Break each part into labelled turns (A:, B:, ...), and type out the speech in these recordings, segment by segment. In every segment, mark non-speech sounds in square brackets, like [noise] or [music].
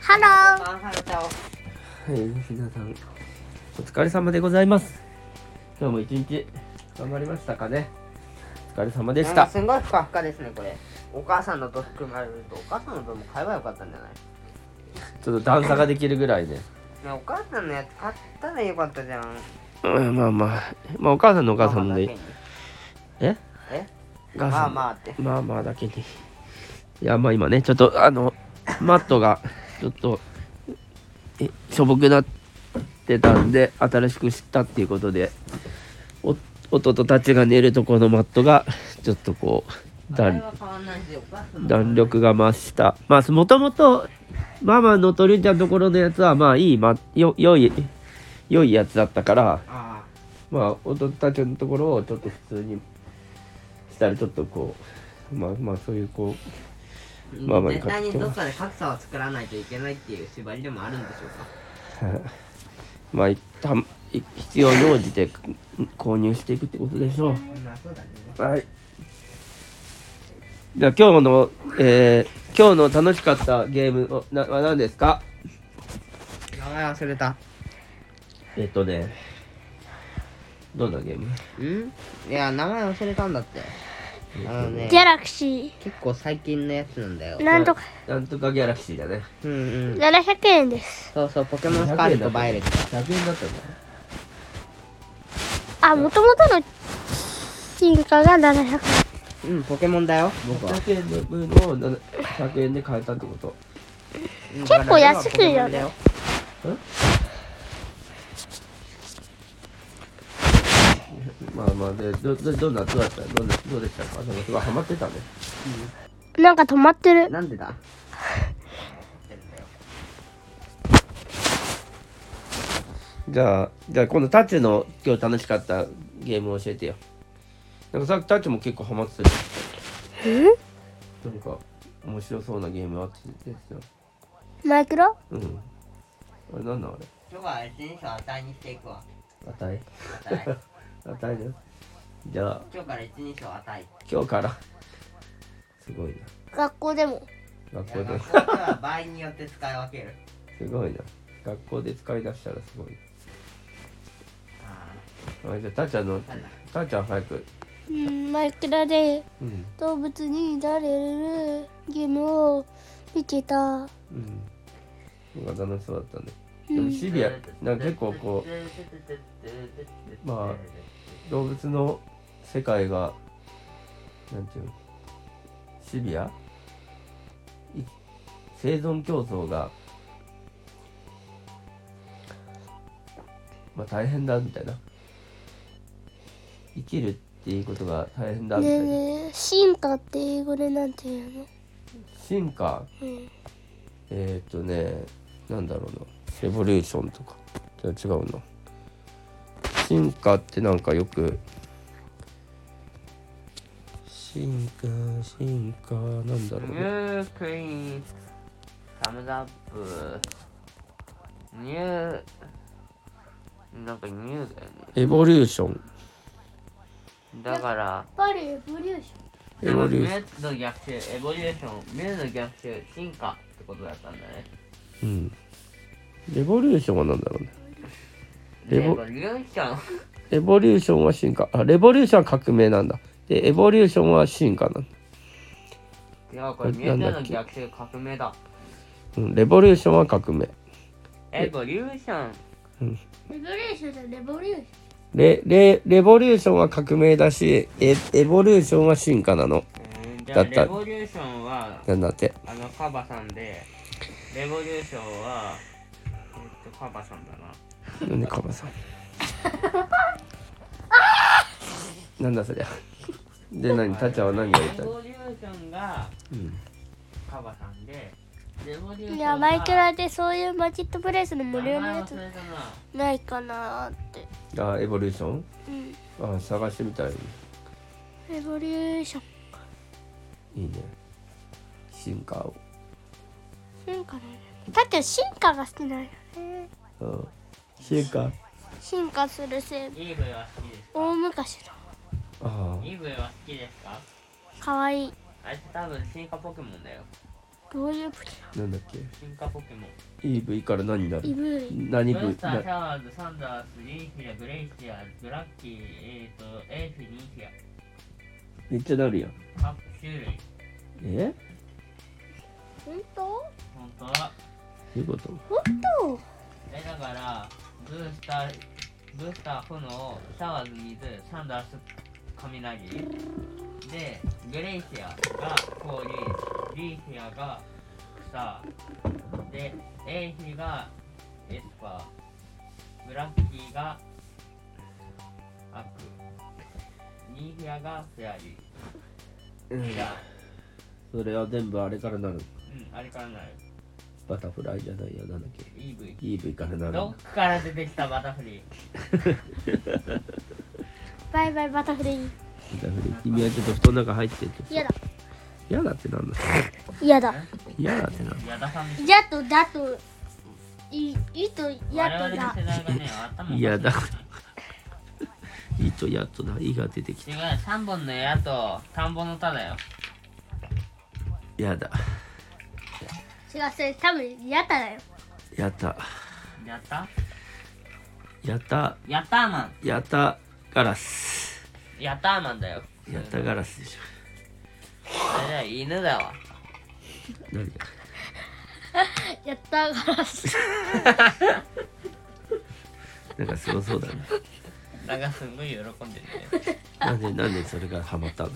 A: ハロー。
B: あはるちゃん
C: はい、皆さん、お疲れ様でございます。今日も一日頑張りましたかね。お疲れ様でし
B: なん
C: た
B: か。すごいふかふかですねこれお母さんのと含まれるとお母さんの分も買えばよかったんじゃない
C: ちょっと段差ができるぐらいね。
B: ねお母さんのやつ買ったらよかったじゃん
C: うんまあまあ、まあお母さんのお
B: お
C: 母さんもね、え
B: え
C: お母
B: ま
C: さ
B: あ
C: ん
B: まあって
C: まあまあだけに。いや、まあ今ね、ちょっとあの、マットがちょっと、え、しょぼくなってたんで、新しくしたっていうことで、お弟たちが寝るとこのマットが、ちょっとこう、
B: あ
C: 段
B: れは変わんないしお母さんの
C: 弾力が増したまあもともとママのとりんちゃんのところのやつはまあいい、ま、よ良い良いやつだったから
B: ああ
C: まあ弟たちのところをちょっと普通にしたらちょっとこうまあまあそういうこまあまあ
B: 絶対にどっかで格差を作らないといけないっていう縛りでもあるんでしょうか
C: うまあ一旦い必要に応じて購入していくってことでしょ
B: まあそうだね
C: うはいじゃあ今日のえー、今日の楽しかったゲームをなは何ですか
B: 名前忘れた
C: えっとね、どんなゲーム
B: うんいや名前忘れたんだってあのね
A: ギャラクシ
B: 結構最近のやつなんだよ
A: ー。なんとか、
C: なんとかギャラクシーだね。
B: うんうん
A: 700円です。
B: そうそうポケモンスカーレットバイレット
C: 100円だったんだ。
A: あ、もともとの金貨が700円。
B: うんポケモンだよ僕は
C: 100円の分をな100円で買えたってこと。
A: 結構安くやるよ
C: まあまあで、どどどんなどうだったどんなどうでしたかなんかすごいハマってたね。
A: なんか止まってる。
B: なんでだ
C: じゃあ、じゃあ今度タッチの今日楽しかったゲームを教えてよ。なんかさっきタッチも結構ハマってたよ。えなんか面白そうなゲームあって言ってたよ。
A: マイクロ
C: うん。あれなんなんあれ
B: 今日は SNS を値にして
C: [laughs]
B: いくわ
C: 値
B: 値
C: 値ね。じゃあ、
B: 今日から一人称値
C: 今日から。すごい
A: 学校でも。
C: な。
B: いや
C: 学校で。
B: 学校では場合によって使い分ける
C: すごいな。学校で使い出したらすごい。あじゃあ、たーちゃんの、たーちゃん早く。
A: うん、マイクラで
C: うん。
A: 動物になれるゲームを見てた。
C: うん。なんか楽しそうだったね。でもシビア、なんか結構こう、まあ、動物の世界が、なんていうの、シビアい生存競争が、まあ大変だみたいな。生きるっていうことが大変だみ
A: ね
C: たい
A: え
C: な。
A: ねえ、進化って英語でなんて言うの
C: 進化、
A: うん
C: えーっ、とねなんだろうなレボリューションとかじゃあ違うな進化ってなんかよく進化進化なんだろう
B: ニ
C: ね
B: ュークイーンサムズアップニューなんかニューだよね
C: エボリューション
B: だから
A: パリエボリューシ
C: エボリュー
B: ミ
C: ション
B: ューの逆襲エボリューションミューの逆襲進化ってことだったんだね
C: うんエボリューションはなんだろうね
B: で
C: エボ
B: リューション
C: エボリューションは進化あレボリューションは革命なんだでエボリューションは進化なんだ、
B: いやこれ
C: こ
B: ミ
C: れな
B: ュ
C: んだ
B: ー
C: っけ
B: の逆襲革命だ
C: うん、レボリューションは革命
B: エボリューション
A: ョン。レボリューションだ、レボリューシ
C: レレレボリューションは革命だしエエボリューションは進化なの
B: うんじゃあ
C: だった
B: レボリューションは
C: なんだって
B: あのカバさんでレボリューションはえっとカバさんだな
C: なんでカバ
A: [laughs]
C: さんなんだそりゃで何タちゃんは何が言い
B: レ
C: たい、
B: ボリューションが
C: うん、
B: カバさんでレボリューション
A: ョ
B: が
A: ン。いや、マイクラでそういうマジットプレイスの無料のやつ
B: 名前忘れたな
A: ないかなーって。
C: あエボリューション
A: うん。
C: あ探してみたい
A: レボリューション。
C: いいね進化を、
A: 進化ね。だって進化が好きなのよね。
C: うん、進化
A: 進化する生物。
B: イーブイは好きですか
A: 大昔の。
C: ああ
B: イーブイは好きですか
A: かわいい。
B: あいつ多分進化ポケモンだよ
A: どういうポケ
C: なんだっ
B: 進化ポケモン
C: け EV から何にな
A: モンイ
C: る
A: ブイ
C: 何
B: ブ
C: 部
B: ースター、シ
C: な
B: ャワーズ、サンダース、リーフィア、グレイシア、ブラッキー、えー、と、エース、リーフィ
C: めっちゃなるやん
B: ア、8種類。
C: え
A: 本当
B: 本当は。
C: どういうこと
A: 本当
B: え、だから、ブースター、ブースター、炎、シャワーズ、水、サンダース、雷。で、グレイシアが氷、リーフィアが草。で、エーフィがエスパー。ブラッキーが悪。ニーフィアがフェアリー。
C: それは全部あれからなる
B: うん、あれからなる。
C: バタフライじゃないやなんだっけ
B: EV。
C: EV からなるんだ
B: どっから出てきたバタフリー
A: バイバイバタフレイ
C: バタフライ君はちょっと布団の中入ってて
A: 嫌だ
C: 嫌だってなんだ
A: 嫌だ
C: 嫌だってなんだ
B: 矢田さん
A: やとだといいとや
B: 我
A: と
B: 々の
A: だ
B: 世代がね、頭おかしい
C: 嫌だいいとやっとだ「い」が出てき
B: 違
C: た
B: う、3本の矢と田んぼの田だよ。
C: 嫌だ
A: 違うそれ多分やただよ
C: やった
B: やった
C: やった
B: やったーマン。
C: やったガラス
B: やったーマンだよ。
C: やったガラスでし
B: あれだよ、犬だわ。
C: ょ何が
A: やったガラス
C: なんかすごそうだね
B: なんかすごい喜
C: [laughs]
B: んでるね。
C: なんでなんでそれがハマったの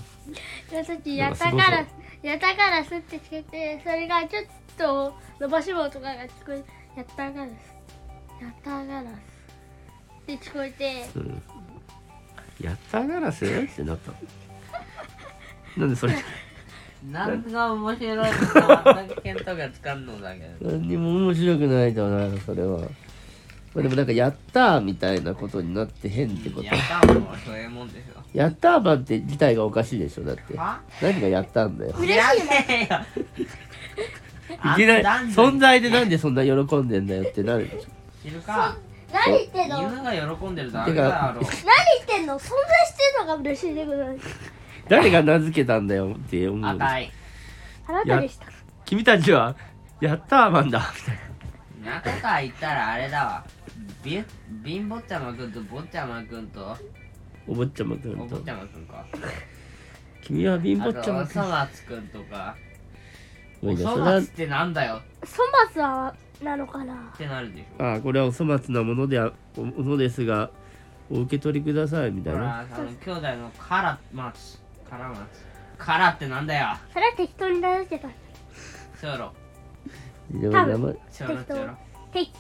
A: やたちやったガラスやったガラスってつけてそれがちょっと伸ばし棒とかが聞こえやったガラスやったガラスって聞こえて
C: うんやったガラスってなったのなんでそれ
B: なんが面白いか全く見当がつかんのだけど。
C: 何にも面白くないだろうなそれは、まあ、でもなんか「やった!」みたいなことになって変ってこと
B: やったーマンはそういうもんでしょ。
C: 「やった!」マンって自体がおかしいでしょだって
B: は
C: 何がやったんだよ
A: 嬉しい
B: や
A: な
B: べえよ。
C: いきなり
B: あんた
C: 存在でなんでそんな喜んでんだよってなるでしょ
B: 知るか。
A: 何言ってんの
B: 犬が喜んでるだけ
C: て
B: だ
C: か
B: ろ
A: 何
B: う。
A: 言ってんの存在してるのが嬉しいでございます
C: 誰が名付けたんだよって思う
B: 赤い。
A: あなたでした
C: 君たちは「やったーマンだ」みたいな
B: 中から言ったらあれだわび貧乏ちゃまくんと坊ちゃまくんと
C: お坊ちゃまく
B: お
C: ん
B: 坊
C: と
B: ちゃまくんか
C: 君は貧
B: あ
C: 乏ちゃ
B: とお
C: まくん
B: そ松くんとか
C: もう
B: お
C: いや
B: そ
C: それは
B: 松ってなんだよ
A: 粗末はなのかな
B: ってなるでしょ
C: ああこれはお粗末なものであものですがお受け取りくださいみたい
B: ほ
C: な
B: らあの兄弟のから松から松からってなんだよ
A: それは適当に名付けた
B: ちょろ
C: でも名前
B: ちょろちょろ
A: 適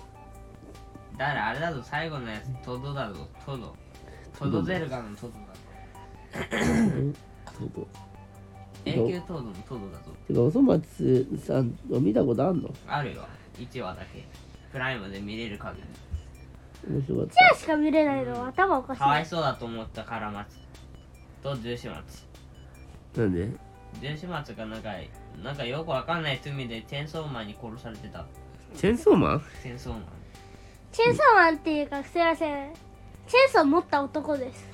B: だからあれだぞ最後のやつトドだぞトドトドゼルガのトドだぞ
C: そうそう
B: 永久トドのトドだぞ
C: てかおそ松さんを見たことあんの
B: あるよ1話だけプライムで見れる限り
C: 面白かっ
A: 当しか見れないのは頭おかしい
B: かわいそうだと思ったカラマツとジュシマツ
C: たなんで
B: ジュシマツがなんかなんかよくわかんない罪でチェーンソーマンに殺されてた
C: チェンソーマン
B: チェーンソーマン
A: チェンソーマンっていうかすいませんチェンソー持った男です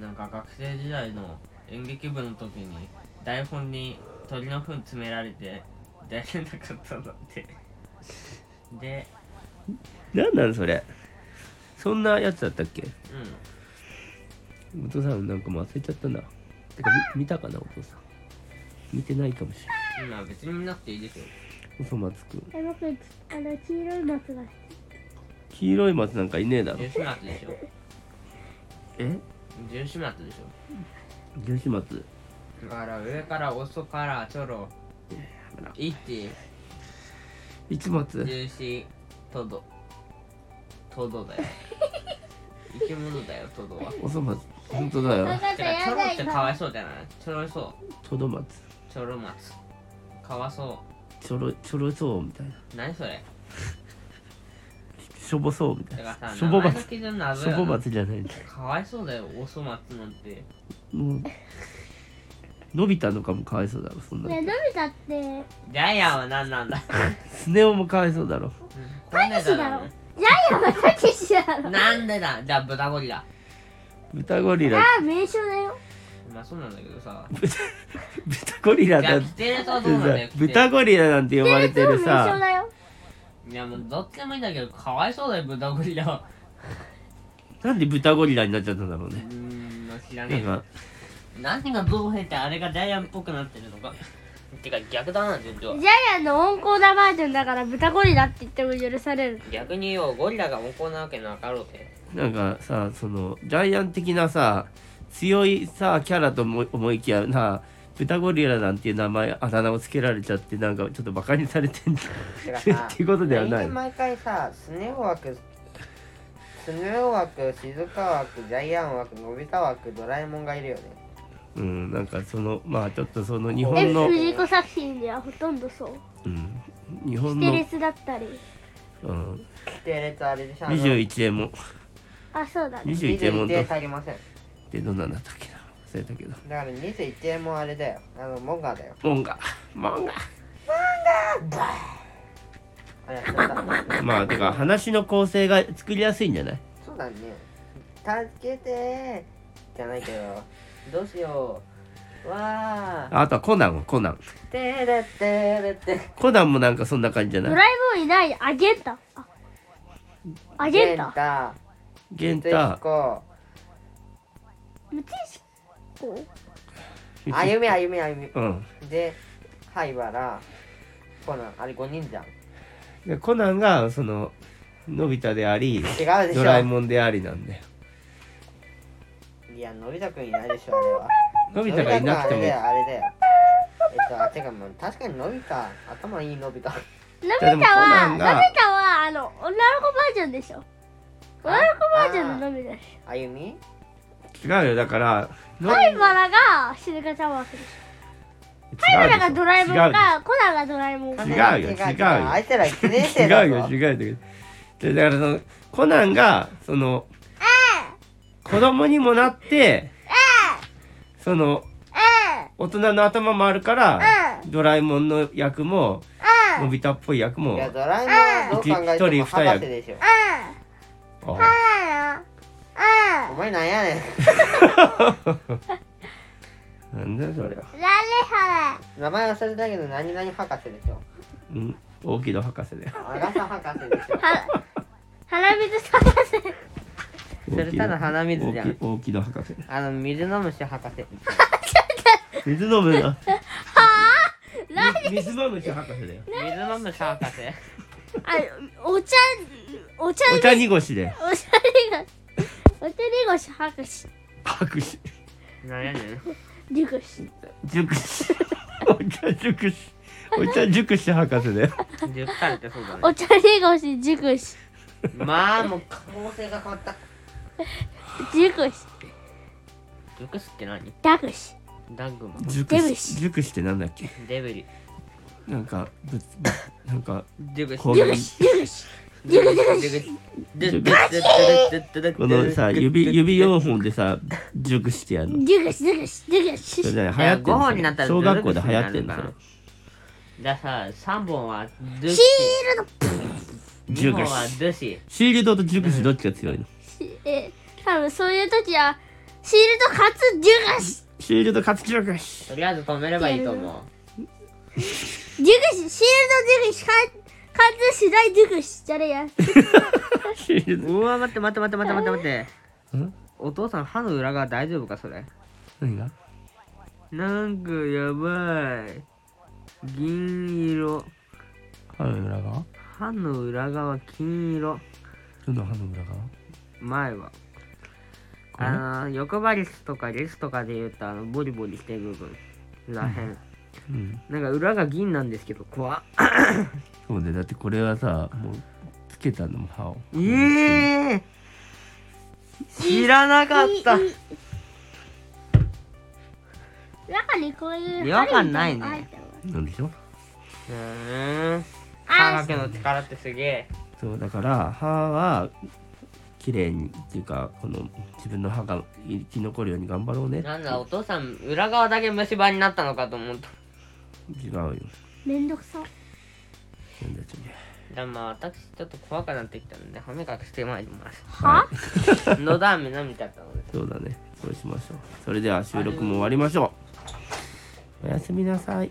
B: なんか学生時代の演劇部の時に台本に鳥の糞詰められて出せなかったんだってで
C: なんなんそれそんなやつだったっけ
B: う
C: お父さんなんかもう忘れちゃったなてかみ見たかなお父さん見てないかもしれない
B: ん今別に見なくていいですよ
C: おそ松くん
A: え僕あの黄色い松が好
C: 黄色い松なんかいねえだろ
B: ジュシマツでしょ
C: え
B: ジュシマツでし
C: 漁師松
B: ょだから上からオソからチョロイッチ
C: いつ松
B: ジューシートドトド
C: [laughs]
B: だよ生き物だよトドは
C: おそ松本当だよ
A: 分かった
B: てかチョ
A: や
B: ロ
A: だ
B: ってか
A: 今
B: わいそうじゃないチョロいそ
C: とど松
B: うチョロマツかわそ
C: ちょろちょろそうみたいな
B: う何それ
C: しょぼそうみた
B: だ
C: い
B: か
C: な
B: ら
C: し
B: さ
C: ょ
B: 名
C: ぼ
B: 前の
C: 松
B: 基準謎
C: しょ
B: や
C: ぼ
B: な
C: 松じゃない
B: かわいそうだよオソマツなんて
C: もう伸びたのかもかわいそうだろそんな
A: ねえのび太って
B: ジャイアンは何な
C: [laughs]
B: んだ
C: スネ夫もかわいそうだろ
B: なんで
A: ジだろジャイアンはタケシだろ
B: なんでだじゃあ豚ゴリラ
C: 豚ゴリラ
A: ああ名称だよ
D: まあそうなんだけどさ
C: 豚ゴリラ
D: いや
C: だっ
D: 着
C: て
D: てるとどうなんだよ
C: さ豚ゴリラなんて呼ばれてる
A: 一緒
C: さ
A: だよ
D: いやもうどっちでもいいんだけどかわいそうだよ豚ゴリラは
C: なんで豚ゴリラになっちゃったんだろう
D: う
C: ね
D: ーん知らねえ
C: 今
D: 何がどう経てあれがジャイアンっぽくなってるのかてか逆だな順調
A: ジャイアンの温厚なバージョンだから豚ゴリラって言っても許される
D: 逆によゴリラが温厚なわけなかろう [laughs] て
C: なんかさそのジャイアン的なさ強いさキャラと思い思いきやな豚ゴリラなんていう名前あだ名をつけられちゃってなんかちょっとバカにされてんだ
B: てかさ
C: っていうことではない
B: 毎回さスネ夫枠スネ夫枠静岡枠ジャイアン枠のび太枠ドラえもんがいるよね
C: うんなんかそのまあちょっとその日
B: ほ
A: え
C: 本の、
A: 藤子作品ではほとんどそう
C: うん、日本
A: ステ
C: の
A: レ、スだったり
C: うん、
B: 系列あれでしょあの
C: 21円も
A: あそうだね
C: 21円も
B: 21
C: と
B: 円
C: っ
B: 足りません
C: てどんなんだったっけな忘れたけど
B: だから21円もあれだよあのモンガだよ
C: モンガモン
B: あれそうだ
C: ガまあてか話の構成が作りやすいんじゃない
B: そうだね助けてじゃないけどどうしようわあ
C: あとはコナンはコナン
B: てれてれて
C: コナンもなんかそんな感じじゃ
A: ド
C: な
A: ラ
C: い
A: えもんいないあげたああげた
B: タ
C: ゲン
B: つい
C: タ
B: こ
A: 無知識
B: あゆみあゆみあゆみ
C: うん
B: で灰原コナンあれ5人じゃん
C: でコナンがそののび太であり
B: 違うでしょ
C: ドラえもんでありなんだよ
B: いやのび太くんいないでしょあれは
C: のび太がいなくて
B: のび太くんあれだよ
C: も
B: あれだよえっとあてかもう確かにのび太頭いいのび太
A: のび太
C: でもコ
A: は
C: ナ
A: のび
C: ン
A: 太
C: が
A: はあの女の子バージョンでしょ女の子バージョンののび太でし
B: あゆみ
C: 違うよだからの
A: ょカイバラが静香ちゃん枠でしょカイバラがドラえもん
C: 違うでしょ
A: がコナンがドラえもん
C: 違うよ違うよ
B: あいつら1年生
C: [laughs]
B: だ
C: 違
B: ぞ
C: うよ違うよ違うよでだからそのコナンがその子供にもなってその大人の頭もあるからドラえもんの役ものび太っぽい役
B: い
C: も
B: やドラえもんはどう考え
C: 一
B: て
C: 人
B: も
C: 二役
B: 博士でしょ
C: あ
B: お前なんやねん [laughs]
C: なんだよそれは
A: ラレ
B: 名前忘れたけど何々博士でしょ
C: うん大木戸博士だよ
B: アガサ博士でしょ
A: ハレは鼻水探せ
B: それただ鼻水じゃん
C: 大木大木戸博士
B: あの水飲むし博士
C: 水飲む
B: [laughs]
C: な
A: ラ
C: み水飲むし博士だよ
B: 水飲むし博士
A: あお茶お茶
C: お
A: に
C: 茶濁しで
A: おしゃれがお茶濁し博士
C: 拍手
B: なんやねん
A: 濁し
C: 熟しお茶熟しお茶熟し博士だよ
B: 10回ってそうだね
A: お茶濁し熟し
B: まあもう構成が変わった
A: 熟し
B: 熟すって何
A: ダグし
B: ダグマ
C: 熟
A: デブ
C: し
A: シ
C: 熟しってなんだっけ
B: デブリ
C: なんかぶなんか
B: デブ
C: こういう
A: 熟し熟し
C: このさ指指4本でさ熟してやるの
A: 熟し熟し熟
C: それ
A: し
C: じゃない流行ってる
B: いや
C: の
B: 五
C: そ
B: 本
C: れ
B: になったら
C: 小学校で流行ってる
B: 熟しになる
C: の
B: なじゃあさ三本はドゥ
A: シ
B: シ
A: ール
C: 熟
B: 二本はドゥシ
C: シールドと熟しどっちが強いの
A: ドえ多分そういう時はシールドかつ熟し
C: シールド勝ち熟し
B: とりあえず止めればいいと思
A: 熟しシールド熟しかかつ次第熟しじゃねえや
C: [laughs] シール
B: う
C: ド
B: うわ待って待って待って待って待って待って
C: ん
B: お父さん歯の裏側大丈夫かそれ
C: [laughs] 何が
B: なんかやばい銀色
C: 歯の裏側
B: 歯の裏側金色
C: どの歯の裏側
B: 前は
C: これ
B: あの横張りスとかリスとかで言うとあのボリボリしてる部分らへん
C: うん
B: なんか裏が銀なんですけど怖っ
C: そうねだってこれはさもうつけたのも歯を
B: ええ知らなかった
A: 中にこういう
B: 違和感ないね
A: 針みたいのが入ってる
C: なんでしょ
B: うん
A: あ
B: 科学の力ってすげえ
C: そうだから歯は綺麗にっていうかこの自分の歯が生き残るように頑張ろうね
B: なんだお父さん裏側だけ虫歯になったのかと思った
C: 違うよ
A: めんどくさ
C: 君たちね
B: じゃあまあ私ちょっと怖くなってきたので歯磨きしてまいります
A: は
B: のだめなみちゃったので
C: そうだねそうしましょうそれでは収録も終わりましょうおやすみなさい